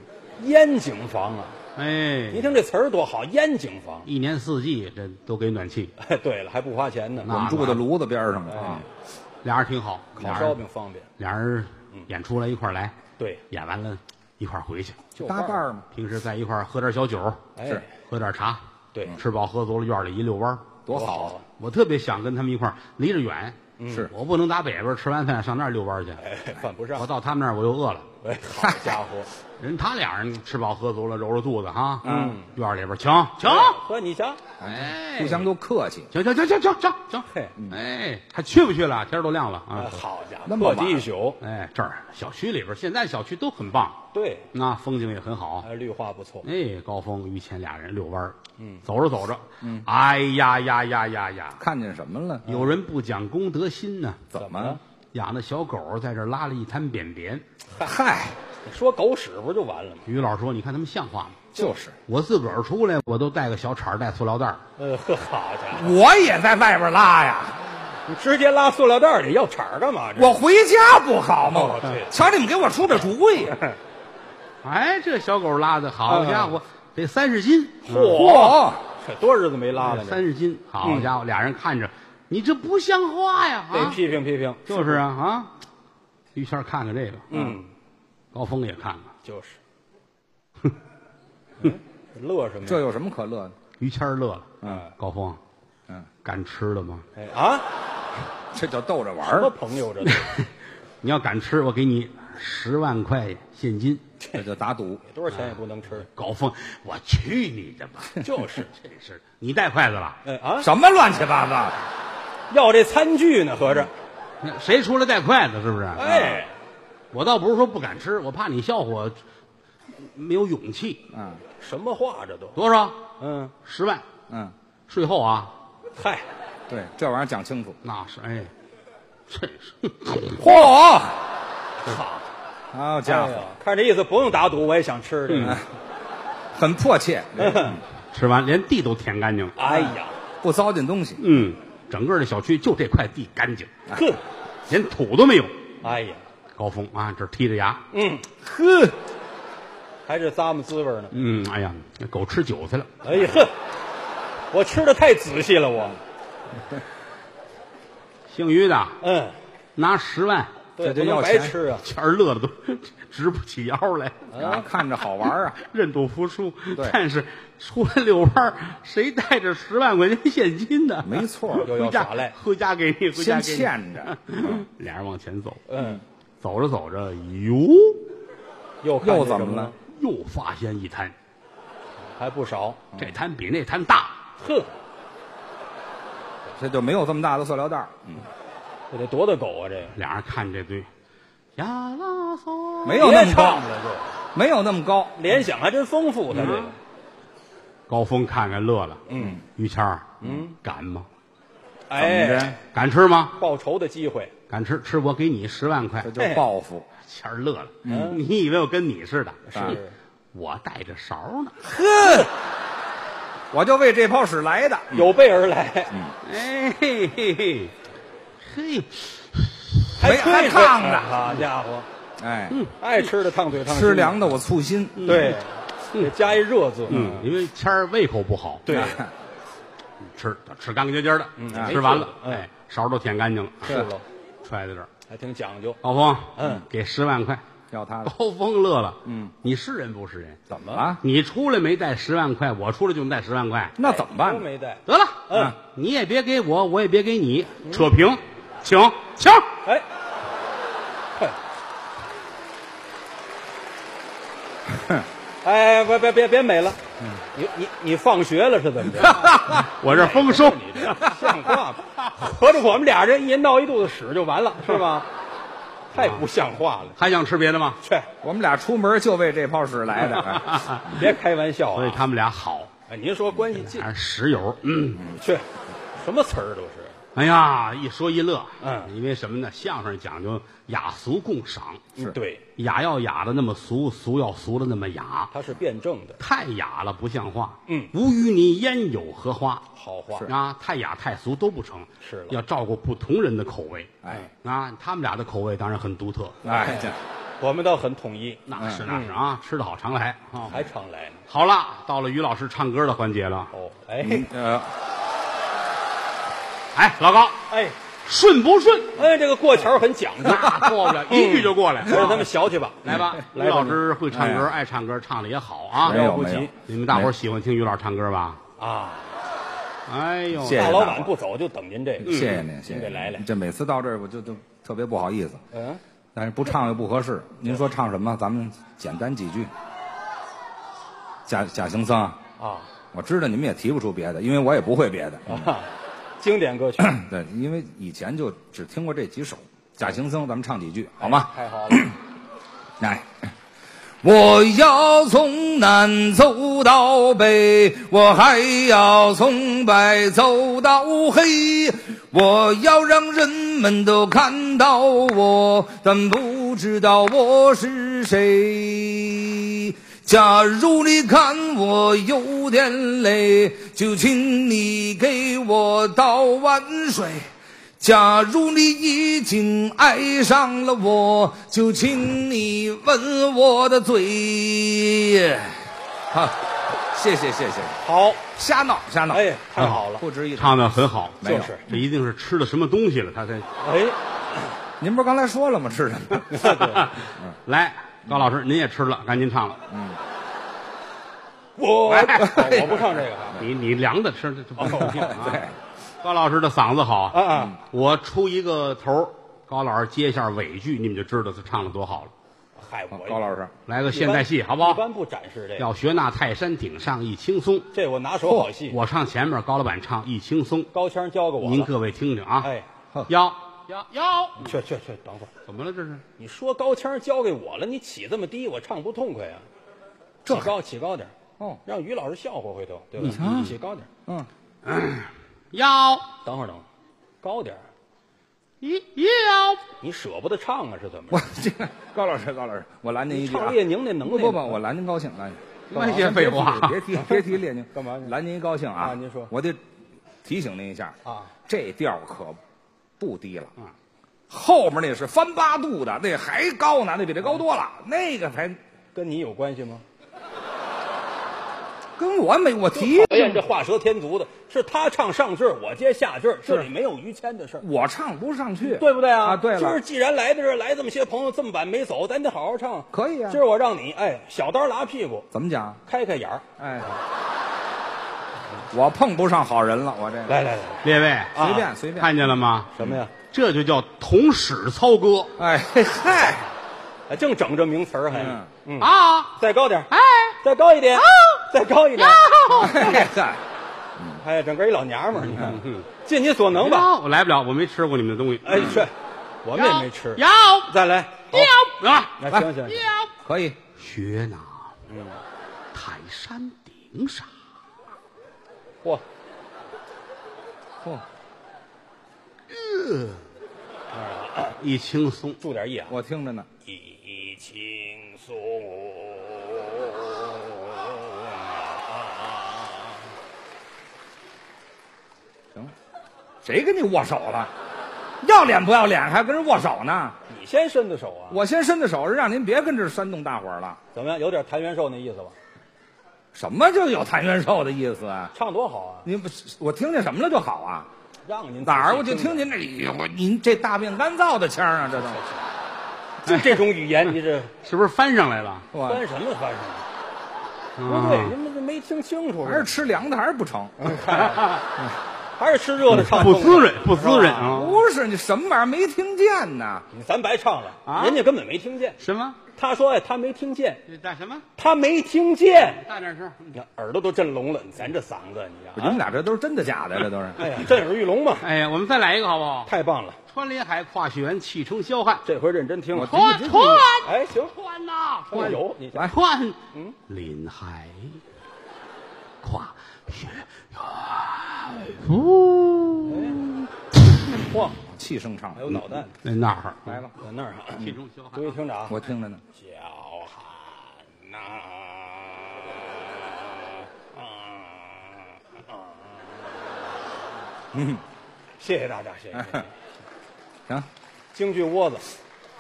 D: 烟景房啊！
B: 哎，
D: 您听这词儿多好，烟景房。
B: 一年四季这都给暖气，
D: 哎，对了，还不花钱呢，
B: 那
E: 我们住在炉子边上
D: 哎
E: 啊，
B: 俩人挺好，
D: 烤
B: 俩
D: 烧
B: 人
D: 饼嗯方便。
B: 俩人演出来一块儿来，
D: 对，
B: 演完了一块儿回去。
D: 就
E: 搭伴
D: 儿。
E: 儿嘛，
B: 平时在一块儿喝点小酒，
D: 哎
E: 是，嗯
B: 喝点茶，
D: 对
B: 吃饱喝足了，院里一遛弯儿
E: 多好啊！
B: 我特别想跟他们一块儿，离着远，
E: 是
B: 我不能打北边儿，吃完饭上那儿遛弯儿去。
D: 嗯哎， 犯不上
B: 我。到他们那儿我又饿了，
D: 哎，好家 伙！
B: 人他俩人吃饱喝足了，揉揉肚子哈，
D: 嗯，
B: 院里边儿请请，
D: 哥，你瞧，
B: 哎，
E: 互相都客气，
B: 请请请请请请请，
D: 嘿，
B: 哎，还去不去了？天儿都亮了
D: 哎
B: 啊！
D: 好家
E: 那么
D: 伙，过
E: 晚
D: 去一宿。
B: 哎，这儿小区里边儿现在小区都很棒，
D: 对，
B: 那风景也很好，
D: 哎，绿化不错。
B: 哎，高峰、于谦俩人遛弯儿，嗯，走着走着，嗯，哎呀呀呀呀呀，
E: 看见什么了？
B: 有人不讲公德心呢、
E: 怎
D: 么了
E: 么？
B: 养的小狗在这儿拉了一滩便便。
E: 嗨，
D: 你说狗屎不就完了吗？
B: 于老师说：“你看他们像话吗？
E: 就是
B: 我自个儿出来，我都带个小铲儿，带塑料袋儿
D: 呃，呵好家
E: 我也在外边拉呀，
D: 伙，你直接拉塑料袋里要铲儿干嘛？这
E: 我回家不好吗？
D: 哦对
E: 我瞧你们给我出这主意，啊
B: 哎，这小狗拉的好家伙，得三十斤，
D: 啊
B: 嗯
D: 嚯，这多日子没拉了呢，
B: 三十斤，好家伙，俩人看着，你这不像话呀！
D: 得
B: 啊，
D: 批评批评。
B: 就是啊啊！于谦儿看看这个，
D: 嗯，
B: 高峰也看看，
D: 就是，嗯乐什么
E: 哎
D: 呀？
E: 这有什么可乐的？
B: 于谦儿乐了，
D: 嗯，
B: 高峰，
E: 嗯，
B: 敢吃了吗？
D: 哎啊，
E: 这叫逗着玩
D: 什么
E: 儿，
D: 朋友这都
B: 你要敢吃，我给你十万块现金。
E: 这叫打赌。
D: 多少钱也不能吃，
B: 高峰，我去你的吧！
D: 就是。
B: 真是，你带筷子了？
D: 哎啊，
E: 什么乱七八糟？
D: 要这餐具呢，合着。
B: 那谁出来带筷子？是不是？
E: 嗯
D: 哎，
E: 啊
B: 我倒不是说不敢吃，我怕你笑话我没有勇气。
E: 嗯
D: 什么话这都？
B: 多少？
D: 嗯，
B: 十万，
E: 嗯，
B: 税后啊？
D: 嗨，
E: 对，这玩意儿讲清楚。
B: 那是哎，真是。
E: 嚯，
D: 好
E: 好嗯家
D: 哎
E: 伙，嗯
D: 呀看这意思不用打赌，我也想吃这个。
E: 很迫切，嗯
B: 吃完连地都舔干净了。
D: 哎呀，
E: 不糟践东西。
B: 嗯，整个这小区就这块地干净，
E: 嗯
D: 呵，
B: 连土都没有。
D: 哎呀，
B: 高峰啊，这剔着牙，
D: 嗯，
E: 呵，
D: 还是咂摸滋味呢。
B: 嗯，哎呀，那狗吃韭菜了。
D: 哎呀呵，我吃的太仔细了，我。
B: 姓于的
D: 嗯，
B: 拿十万，
D: 对，
E: 这就
D: 不能
E: 要
D: 白
E: 钱
D: 吃啊。
B: 谦儿乐的都 直不起腰来，
E: 啊，看着好玩儿啊，
B: 认赌服输
E: 对。
B: 但是出来遛弯儿，谁带着十万块钱现金呢？
E: 没错儿，
D: 又
B: 回
D: 要
B: 家
D: 耍赖。
B: 回家给你，回家
E: 先
B: 给你。
E: 欠着，
B: 俩人往前走，
D: 嗯，
B: 走着走着，哟，
D: 又看
E: 又
D: 见
E: 怎
D: 什
E: 么了
D: 了？？
B: 又发现一滩，
D: 还不少。
E: 嗯
B: 这滩比那滩大。
D: 呵，
E: 这就没有这么大的塑料袋儿，
D: 这得多大狗啊？这个
B: 俩人看这堆，呀啦嗦，
E: 没有那么
D: 别
E: 高
D: 唱，了，这
E: 没有那么高。
D: 联想还真丰富，他这
E: 嗯
D: 个。
B: 高峰看看乐了，
D: 嗯，
B: 于谦儿，嗯，敢吗？
E: 怎
D: 哎
E: 么，
B: 敢吃吗？
D: 报仇的机会，
B: 敢吃，吃我给你十万块
E: 这。就报复，
B: 谦儿乐了，
D: 嗯
B: 你以为我跟你似的？
E: 啊
D: 是
B: 我带着勺呢。
E: 我就为这泡屎来的。
D: 有备而来，
E: 嗯
B: 哎嘿嘿嘿，
E: 没
B: 嘿，
D: 吹
E: 还
D: 吹
E: 烫呢
D: 好家伙，
E: 哎，
D: 爱吃的烫嘴嗯烫心嗯
E: 吃凉的我醋心。
D: 对，得加一热字，
B: 嗯，因为谦儿胃口不好，
D: 对，
B: 吃吃干干净净的，
D: 哎
B: 吃完了，
D: 嗯
B: 哎，勺都舔干净了，啊
D: 是喽，
B: 揣在这儿。
D: 还挺讲究。
B: 高峰，
D: 嗯，
B: 给十万块。
E: 要他的
B: 高峰乐了，嗯，你是人不是人？
E: 怎么了？
B: 你出来没带十万块，我出来就能带十万块，
E: 那怎么
D: 哎
E: 办
D: 都
E: 呢？
D: 没带，
B: 得了，嗯，你也别给我，我也别给你，扯平，请请，
D: 哎， 哎，别别别别美了，
B: 嗯
D: 你你你放学了是怎 么着？
B: 我这丰 收。
D: 像话吗？合着我们俩人一人闹一肚子屎就完了，是吧？太不像话了，
B: 还想吃别的吗？
D: 去，
E: 我们俩出门就为这泡屎来的。哎
D: 别开玩笑
B: 所以
D: 啊！
B: 他们俩好，
D: 哎，您说关系近
B: 俩，人室友，嗯，
D: 去，什么词儿都是，
B: 哎呀，一说一乐，
D: 嗯
B: 因为什么呢？相声讲究雅俗共赏，
D: 嗯对，
B: 雅要雅的那么俗，俗要俗的那么雅，
D: 它是辩证的，
B: 太雅了不像话。
D: 嗯
B: 无与你焉有何花？
D: 好话
B: 啊，太雅太俗都不成，
D: 是了
B: 要照顾不同人的口味。
E: 哎
B: 啊，他们俩的口味当然很独特，
E: 哎，这
D: 我们倒很统一，
B: 那是那是啊，吃的好常来啊。
D: 还常来呢。
B: 好了，到了于老师唱歌的环节了。
D: 哦，哎
B: 嗯
C: 呃，
B: 哎，老高，
D: 哎
B: 顺不 顺？
D: 哎，这个过桥很讲 究，
B: 那过不了，一句就过 来。
D: 让
B: 啊
D: 他们学去吧。
B: 来 吧，于
D: 来吧
B: 老师会唱歌，爱唱歌，唱的也好啊。
C: 哎没有
D: 不
C: 没有
D: 急，
B: 你们大伙儿喜欢听于老师唱歌吧？
D: 啊，
B: 哎呦，
C: 谢谢
D: 大
C: 大
D: 老
C: 伙
D: 板不走就等您这个。
C: 哎谢谢您，谢
D: 您
C: 谢
D: 给嗯来来
C: 您。这每次到这儿我就都特别不好意思，
D: 嗯，
C: 但是不唱又不合适。您说唱什么？咱们简单几句。贾贾行僧啊，
D: 啊
C: 我知道你们也提不出别的，因为我也不会别的。
D: 啊，经典歌曲，
C: 对，因为以前就只听过这几首。贾行僧，咱们唱几句
D: 哎
C: 好吗？
D: 太好了。
C: 来，我要从南走到北，我还要从白走到黑。我要让人们都看到我，但不知道我是谁。假如你看我有点累，就请你给我倒碗水。假如你已经爱上了我，就请你吻我的嘴。好，谢谢谢谢，
D: 好，
C: 瞎闹瞎闹，
D: 哎，太好了。
C: 不值一提。
B: 唱的很好，
C: 没有
D: 就是
B: 这一定是吃了什么东西了，他 才
D: 哎，
C: 您不是刚才说了吗？吃什么？
B: 来。高老师，您也吃了，赶紧唱了。
C: 嗯
D: 我哎我不唱这个了
B: 你你凉的吃，这这不够劲
C: 哦对嗯
B: 啊！高老师的嗓子好
D: 啊啊，
B: 我出一个头儿，高老师接一下尾句，你们就知道他唱的多好了。
D: 嗨，我
C: 高老师，
B: 来个现代戏，好不好
D: 一？般不展示这个，
B: 要学那泰山顶上一轻松，
D: 这我拿手好戏。
B: 我唱前面，高老板唱一轻松，
D: 高腔教给我了
B: 您各位听听啊。
D: 哎，
B: 腰腰腰，
D: 去去去，等会儿，
B: 怎么了这是？
D: 你说高腔教给我了，你起这么低，我唱不痛快啊。起高起高点儿
C: 哦
D: 让于老师笑话回头，对吧？起高点儿
C: 嗯，
B: 腰
D: 等会儿等会儿，高点儿
B: 一腰，
D: 你舍不得唱啊，是怎么着
C: 我？这高老师高老师，我拦您一句啊
D: 唱。列宁那能
C: 不
D: 耐
C: 不不，
D: 吗
C: 我拦您高兴，拦您。
B: 那些废话
C: 别提别提列宁，
D: 干嘛去
C: 拦您一高兴啊！
D: 啊您说
C: 我得提醒您一下
D: 啊，
C: 这调可不低了，
D: 嗯
C: 后面那是翻八度的，那还高呢，那比这高多了，
D: 嗯
C: 那个才
D: 跟你有关系吗？
C: 跟我没我提，
D: 哎呀，这画蛇添足的，是他唱上句儿，我接下句儿，这里没有于谦的事儿，
C: 我唱不上去，
D: 对不对啊？
C: 啊，对
D: 就是
C: 了，
D: 既然来到这儿，来这么些朋友，这么晚没走，咱得好好唱。
C: 可以啊
D: 今儿我让你哎，小刀拉屁股，
C: 怎么讲？
D: 开开眼儿，
C: 哎，我碰不上好人了，我这个
D: 来来来，
B: 列位
C: 随便随便，
B: 看见了吗？
D: 什么呀？
B: 这就叫同室操戈
C: 哎嘿嗨，
D: 哎净整这名词儿还
C: 嗯，
D: 嗯，
B: 啊！
D: 再高点儿，
B: 哎，
D: 再高一点，再高一点，
C: 嘿嗨，
D: 哎，整个一老娘们儿，你看，尽你所能吧。
B: 腰我来不了，我没吃过你们的东西。
D: 哎，去，我们也没吃，
B: 腰
D: 再来，好
B: 腰啊！
D: 来，行行，行
B: 腰
C: 可以，
B: 学那
D: 嗯
B: 泰山顶上
D: 嚯，
C: 嚯，
B: 一轻松，
D: 注点意啊。
C: 我听着呢，
D: 一轻松啊！
C: 行了，谁跟你握手了？要脸不要脸，还跟人握手呢？
D: 你先伸的手啊？
C: 我先伸的手，让您别跟这儿煽动大伙儿了。
D: 怎么样？有点谭元寿那意思吧？
C: 什么叫有谭元寿的意思啊？
D: 唱多好啊！
C: 您不，我听见什么了就好啊？
D: 让您
C: 哪儿我
D: 仔
C: 就
D: 细
C: 听您
D: 听
C: 那，哎呦，我您这大便干燥的腔儿啊，这都
D: 就这种语言，你这
B: 是不是翻上来了？
C: 哇
D: 翻什么翻什么？不对，
B: 嗯
D: 您们这没听清楚，
C: 还是吃凉的还是不成？
D: 还是吃热的唱
B: 不
D: 痛快
B: 滋润，不滋润！
D: 是吧
B: 啊！
C: 不是你什么玩意儿没听见呢？
D: 你咱白唱了
B: 啊，
D: 人家根本没听见。
B: 什么？
D: 他说哎，他没听见，
B: 这呃大什么？
D: 他没听见，
B: 大点声！
D: 你看耳朵都震聋了。咱这嗓子，你
C: 你
D: 看，
C: 们俩这都是真的假的，这都是。
D: 哎呀，震耳欲聋嘛，
B: 哎呀，我们再来一个好不好？
D: 太棒了！
B: 穿林海，跨雪原，气冲霄汉。
D: 这回认真听了，
B: 穿穿
D: 哎，行，
B: 穿呐，
D: 哎
B: 穿
D: 呦，你
C: 来
B: 哦穿，
D: 嗯
B: 林海，跨雪原。哦，
D: 晃，
C: 气声唱
D: 还，有脑袋
B: 在呃那儿
D: 来了，在那儿啊。
B: 气冲霄
D: 注意
B: 汉。
D: 听着啊，
C: 我听着呢。
D: 小汉呐、啊啊谢谢大家，谢谢。
C: 行，
D: 京剧窝子，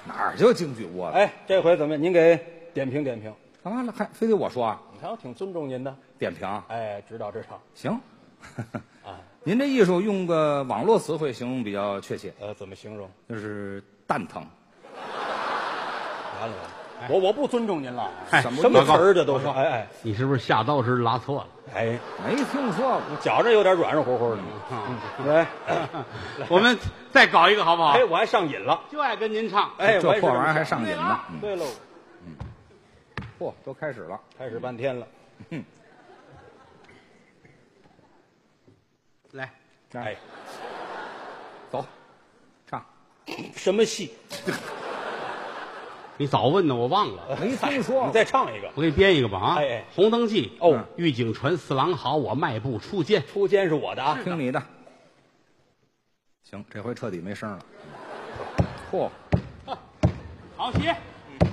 C: 哪儿就京剧窝了？
D: 哎，这回怎么样？您给点评点评，
C: 干嘛了？还非得我说啊？
D: 你看我挺尊重您的。
C: 点评
D: 哎，指导指导。
C: 行，
D: 啊
C: 您这艺术用个网络词汇形容比较确切，
D: 呃，怎么形容？
C: 就是蛋疼。
D: 完了完了，我我不尊重您了。
B: 哎
D: 什么
B: 什么
D: 词儿这都是？哎哎
B: 你是不是下刀时拉错了？
D: 哎，
C: 没听说过，
D: 觉着有点软软乎乎的。
C: 嗯
D: 来，
B: 我们再搞一个好不好？
D: 哎，我还上瘾了。
B: 就爱跟您唱。
D: 哎，
C: 这
D: 我也是
C: 破玩意
D: 么
C: 儿还
D: 想
C: 上瘾呢。嗯
D: 对喽，
C: 嚯，都开始了，
D: 开始半天了。
B: 来，
D: 哎，
C: 走，唱。
D: 什么戏？
B: 你早问呢，我忘了。
C: 没听说
D: 呃哎
C: 过，
D: 你再唱一个。
B: 我给你编一个吧啊！
D: 哎哎
B: 红灯记》
D: 哦，
B: 狱警传四郎好，我迈步出监。
D: 出监是我的啊。
C: 听你的。行，这回彻底没声了。嚯，
B: 好鞋，嗯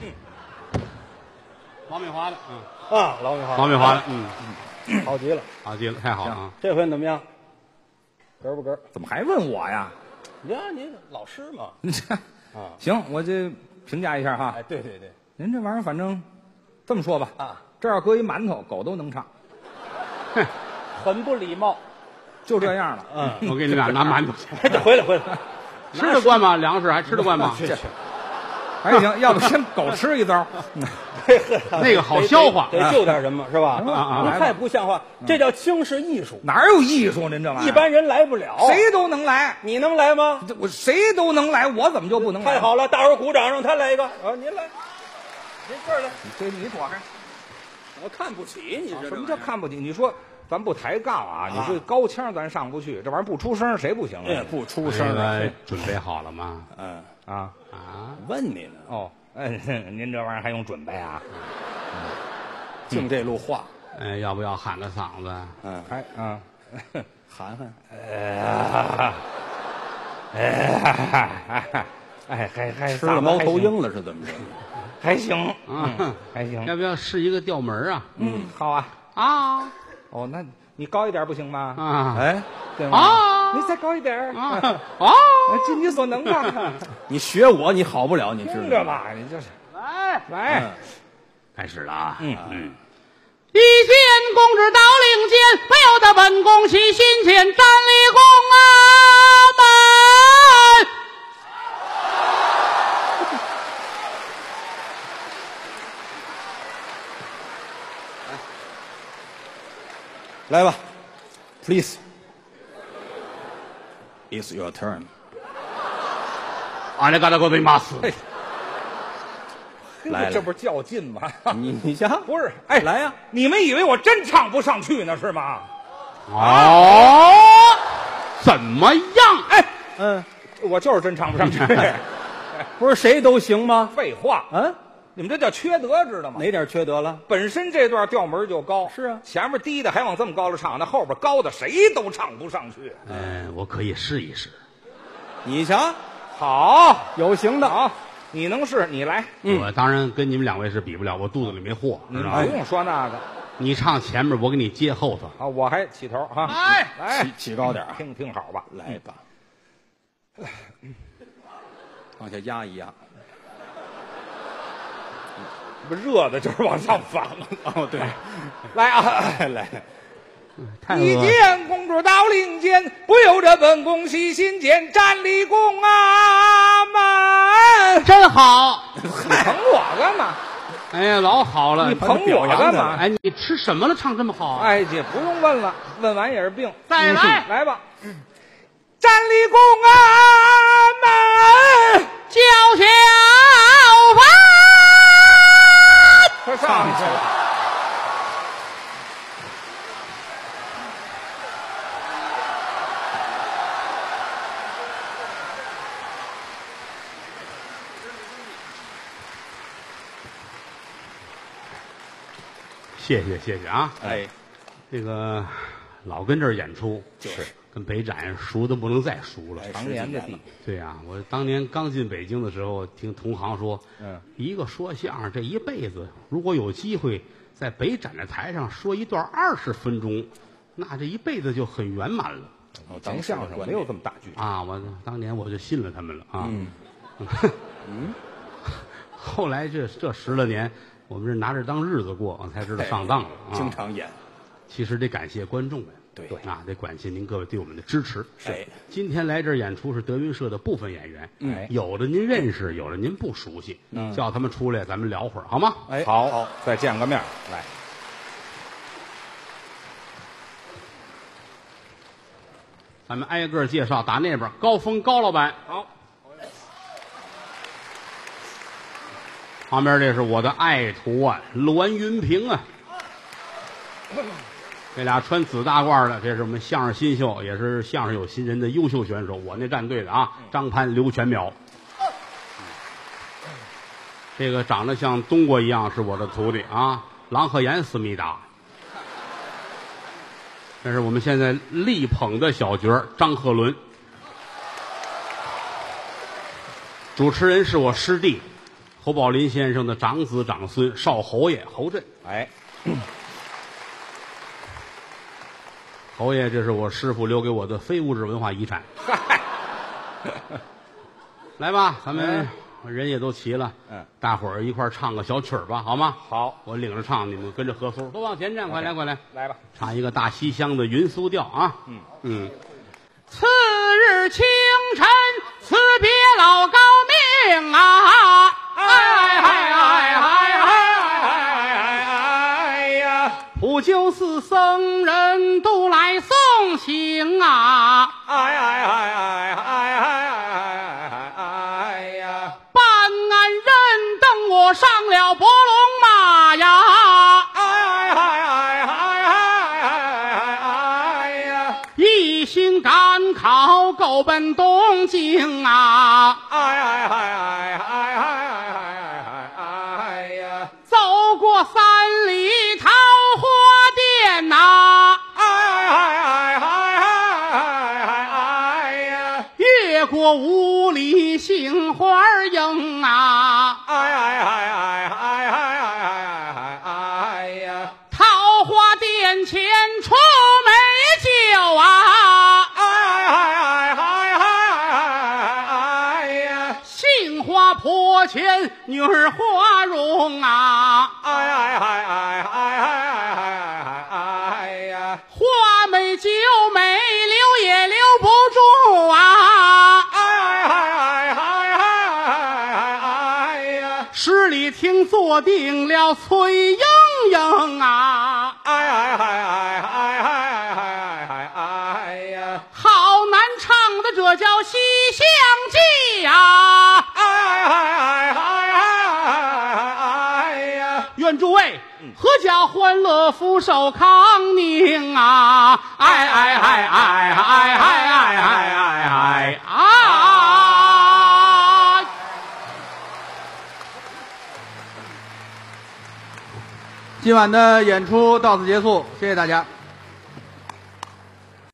B: 王美华的，嗯，
D: 啊，老美华，
B: 王美华的，嗯，
D: 好极了。
B: 好极了，太好了啊！
D: 这回怎么样？哏不哏？
C: 怎么还问我呀？
D: 你看你老师嘛。
C: 你这
D: 啊，
C: 行，我这评价一下哈
D: 哎，。对对对，
C: 您这玩意儿，反正这么说吧，
D: 啊，
C: 这要搁一馒头，狗都能唱，
D: 很不礼貌。
C: 就这样了。
D: 嗯，
B: 我给你俩拿 馒头去，
D: 回来回来，
B: 吃得惯吗？粮食还吃得惯 吗？
D: 去去，
C: 还行，要不先狗吃一遭。
D: 哎
B: 那个好消化
D: 得得就点什么是
C: 啊
D: 吧？
C: 啊
D: 那
C: 来吧嗯
D: 太不像话，这叫轻视艺术，
C: 哪有艺术？您这玩意儿，
D: 一般人来不了。
C: 哎谁都能来，
D: 你能来吗？
C: 这我谁都能来，我怎么就不能来？
D: 太，好了，大伙儿鼓掌，让他来一个啊！您来，您这儿来，
C: 这你躲开。
D: 我看不起你这
C: 什么叫看不起？你说咱不抬杠啊，你说高腔咱上不去，这玩意儿不出声谁不行
D: 哎
C: 啊？
D: 不出
B: 那个准备好了吗？
D: 嗯，
C: 啊，
B: 啊，
D: 问你呢，
C: 哦，哎，您这玩意儿还用准备啊？
D: 净这路话，
B: 哎，要不要喊个嗓子？
D: 嗯，
C: 还啊，
D: 涵涵，
C: 哎，哎，还还啊
D: 吃了猫头，鹰了是怎么着？
C: 还行，
B: 啊，
C: 还行，
B: 要不要试一个调门啊？
C: 嗯，好啊。
B: 啊
C: 哦，那你高一点不行吗？
B: 啊
D: 哎，
C: 对
B: 啊
C: 吗？你再高一点儿
B: 啊
C: 啊，
B: 啊！
C: 尽你所能吧。
D: 你学我你好不了，你知
C: 听
D: 道
C: 着
D: 吗？
C: 吧，你就是
B: 来。
C: 来，
B: 开始了啊！嗯嗯。一见公之到令箭，不由得本宫起心间，站立宫啊，本。
D: 来吧，please。It's your turn。
B: あれからございます。
D: 来
C: 这不是较劲吗？
D: 你你家
C: 不是，哎，
D: 来呀
C: 你们以为我真唱不上去呢是吗？
B: 哦，啊怎么样？
C: 哎，
D: 嗯，
C: 我就是真唱不 上去。
D: 不是谁都行吗？
C: 废话，
D: 嗯，
C: 你们这叫缺德，知道吗？
D: 哪点缺德了？
C: 本身这段调门就高，
D: 是啊
C: 前面低的还往这么高了唱，那后边高的谁都唱不上去。
B: 嗯、我可以试一试。
D: 你瞧，
C: 好，
D: 有行的
C: 好，你能试，你来，
B: 我当然跟你们两位是比不了，我肚子里没货，
C: 你
B: 知
C: 不
B: 道吗？
C: 用说那个
B: 你唱前面，我给你接后头。
C: 啊，我还起头哈，
B: 哎
C: 来，
D: 起高点儿
C: 听听好吧，
D: 来吧，往下压一压。
A: 啊
C: 不热的就是往上翻了，
D: 哦，对，
C: 来啊。
D: 来，
B: 太
C: 一
B: 恶
C: 见公主到令间，不由得本宫喜心间，站立宫啊门。
B: 真好！
C: 你捧我干嘛？
B: 哎呀，老好了。
C: 你捧我干嘛？
B: 哎，你吃什么了？唱这么好？ 啊
C: 哎，也不用问了，问完也是病。
B: 再来
C: 嗯来吧，站立宫啊门，
B: 叫小凡。
C: 快上去了。
B: 谢谢谢谢啊！
D: 哎，
B: 这个老跟这儿演出，
D: 就是哎
B: 跟北展熟的不能再熟了。
C: 常年的地，
B: 对呀、我当年刚进北京的时候，听同行说，嗯，一个说相声这一辈子，如果有机会在北展的台上说一段二十分钟，那这一辈子就很圆满了
D: 哦
C: 咱们相声没有这么大剧，
B: 啊！我当年我就信了他们了啊。嗯，后来这这十来年，我们是拿这当日子过，才知道上当了。啊、
D: 经常演，
B: 其实得感谢观众们，
D: 对
B: 啊，得感谢您各位对我们的支持。
D: 哎
B: 今天来这儿演出是德云社的部分演员，
C: 哎
D: 嗯
B: 有的您认识，有的您不熟悉，
D: 嗯
B: 叫他们出来，咱们聊会儿好吗？
D: 哎，
C: 好，再见个面儿来。
B: 咱们挨个儿介绍，打那边儿高峰高老板，
D: 好，
B: 旁边这是我的爱徒啊，栾云平啊。这俩穿紫大褂的，这是我们相声新秀，也是相声有新人的优秀选手。我那战队的啊，张潘、刘全淼。这个长得像冬瓜一样是我的徒弟啊，郎鹤炎思密达。这是我们现在力捧的小角儿张鹤伦。主持人是我师弟侯宝林先生的长子长孙少侯爷侯震。
C: 哎，
B: 侯爷，这是我师傅留给我的非物质文化遗产。来吧，咱们人也都齐了，
C: 哎嗯，
B: 大伙儿一块儿唱个小曲儿吧，好吗？
C: 好，
B: 我领着唱，你们跟着合奏，都往前站，快来，快来，
C: 来吧。
B: 唱一个大西厢的云苏调啊。
C: 嗯
B: 嗯。次日清晨辞别老高命啊！哎哎哎哎哎哎！
C: 哎呀，
B: 普救寺僧人都来送行啊，
C: 哎哎哎哎哎哎哎哎呀，
B: 办案人等我上了伯龙马呀，
C: 哎哎哎哎哎哎哎呀，
B: 一心赶考够奔东京啊，
C: 哎哎哎哎哎哎哎哎呀，
B: 走过三里桃花店呐、
C: 哎哎哎哎哎哎呀。
B: 越过五里杏花营啊，
C: 哎哎哎哎哎哎哎哎哎呀！
B: 桃花殿前出美酒啊。
C: 哎哎哎哎哎哎哎呀！
B: 杏花坡前女儿花容啊，
C: 哎哎哎哎哎哎哎哎呀！
B: 花美酒美留也留不住啊。
C: 哎哎哎哎哎哎呀！
B: 十里厅坐定了崔莺莺啊，
C: 哎哎哎哎哎哎哎哎呀！
B: 好难唱的这叫《西厢记》啊。
C: 哎哎哎哎哎呀！
B: 愿诸位阖家欢乐，福寿康宁啊！哎哎哎哎哎哎哎哎哎啊哎！
A: 今晚的演出到此结束，谢谢大家。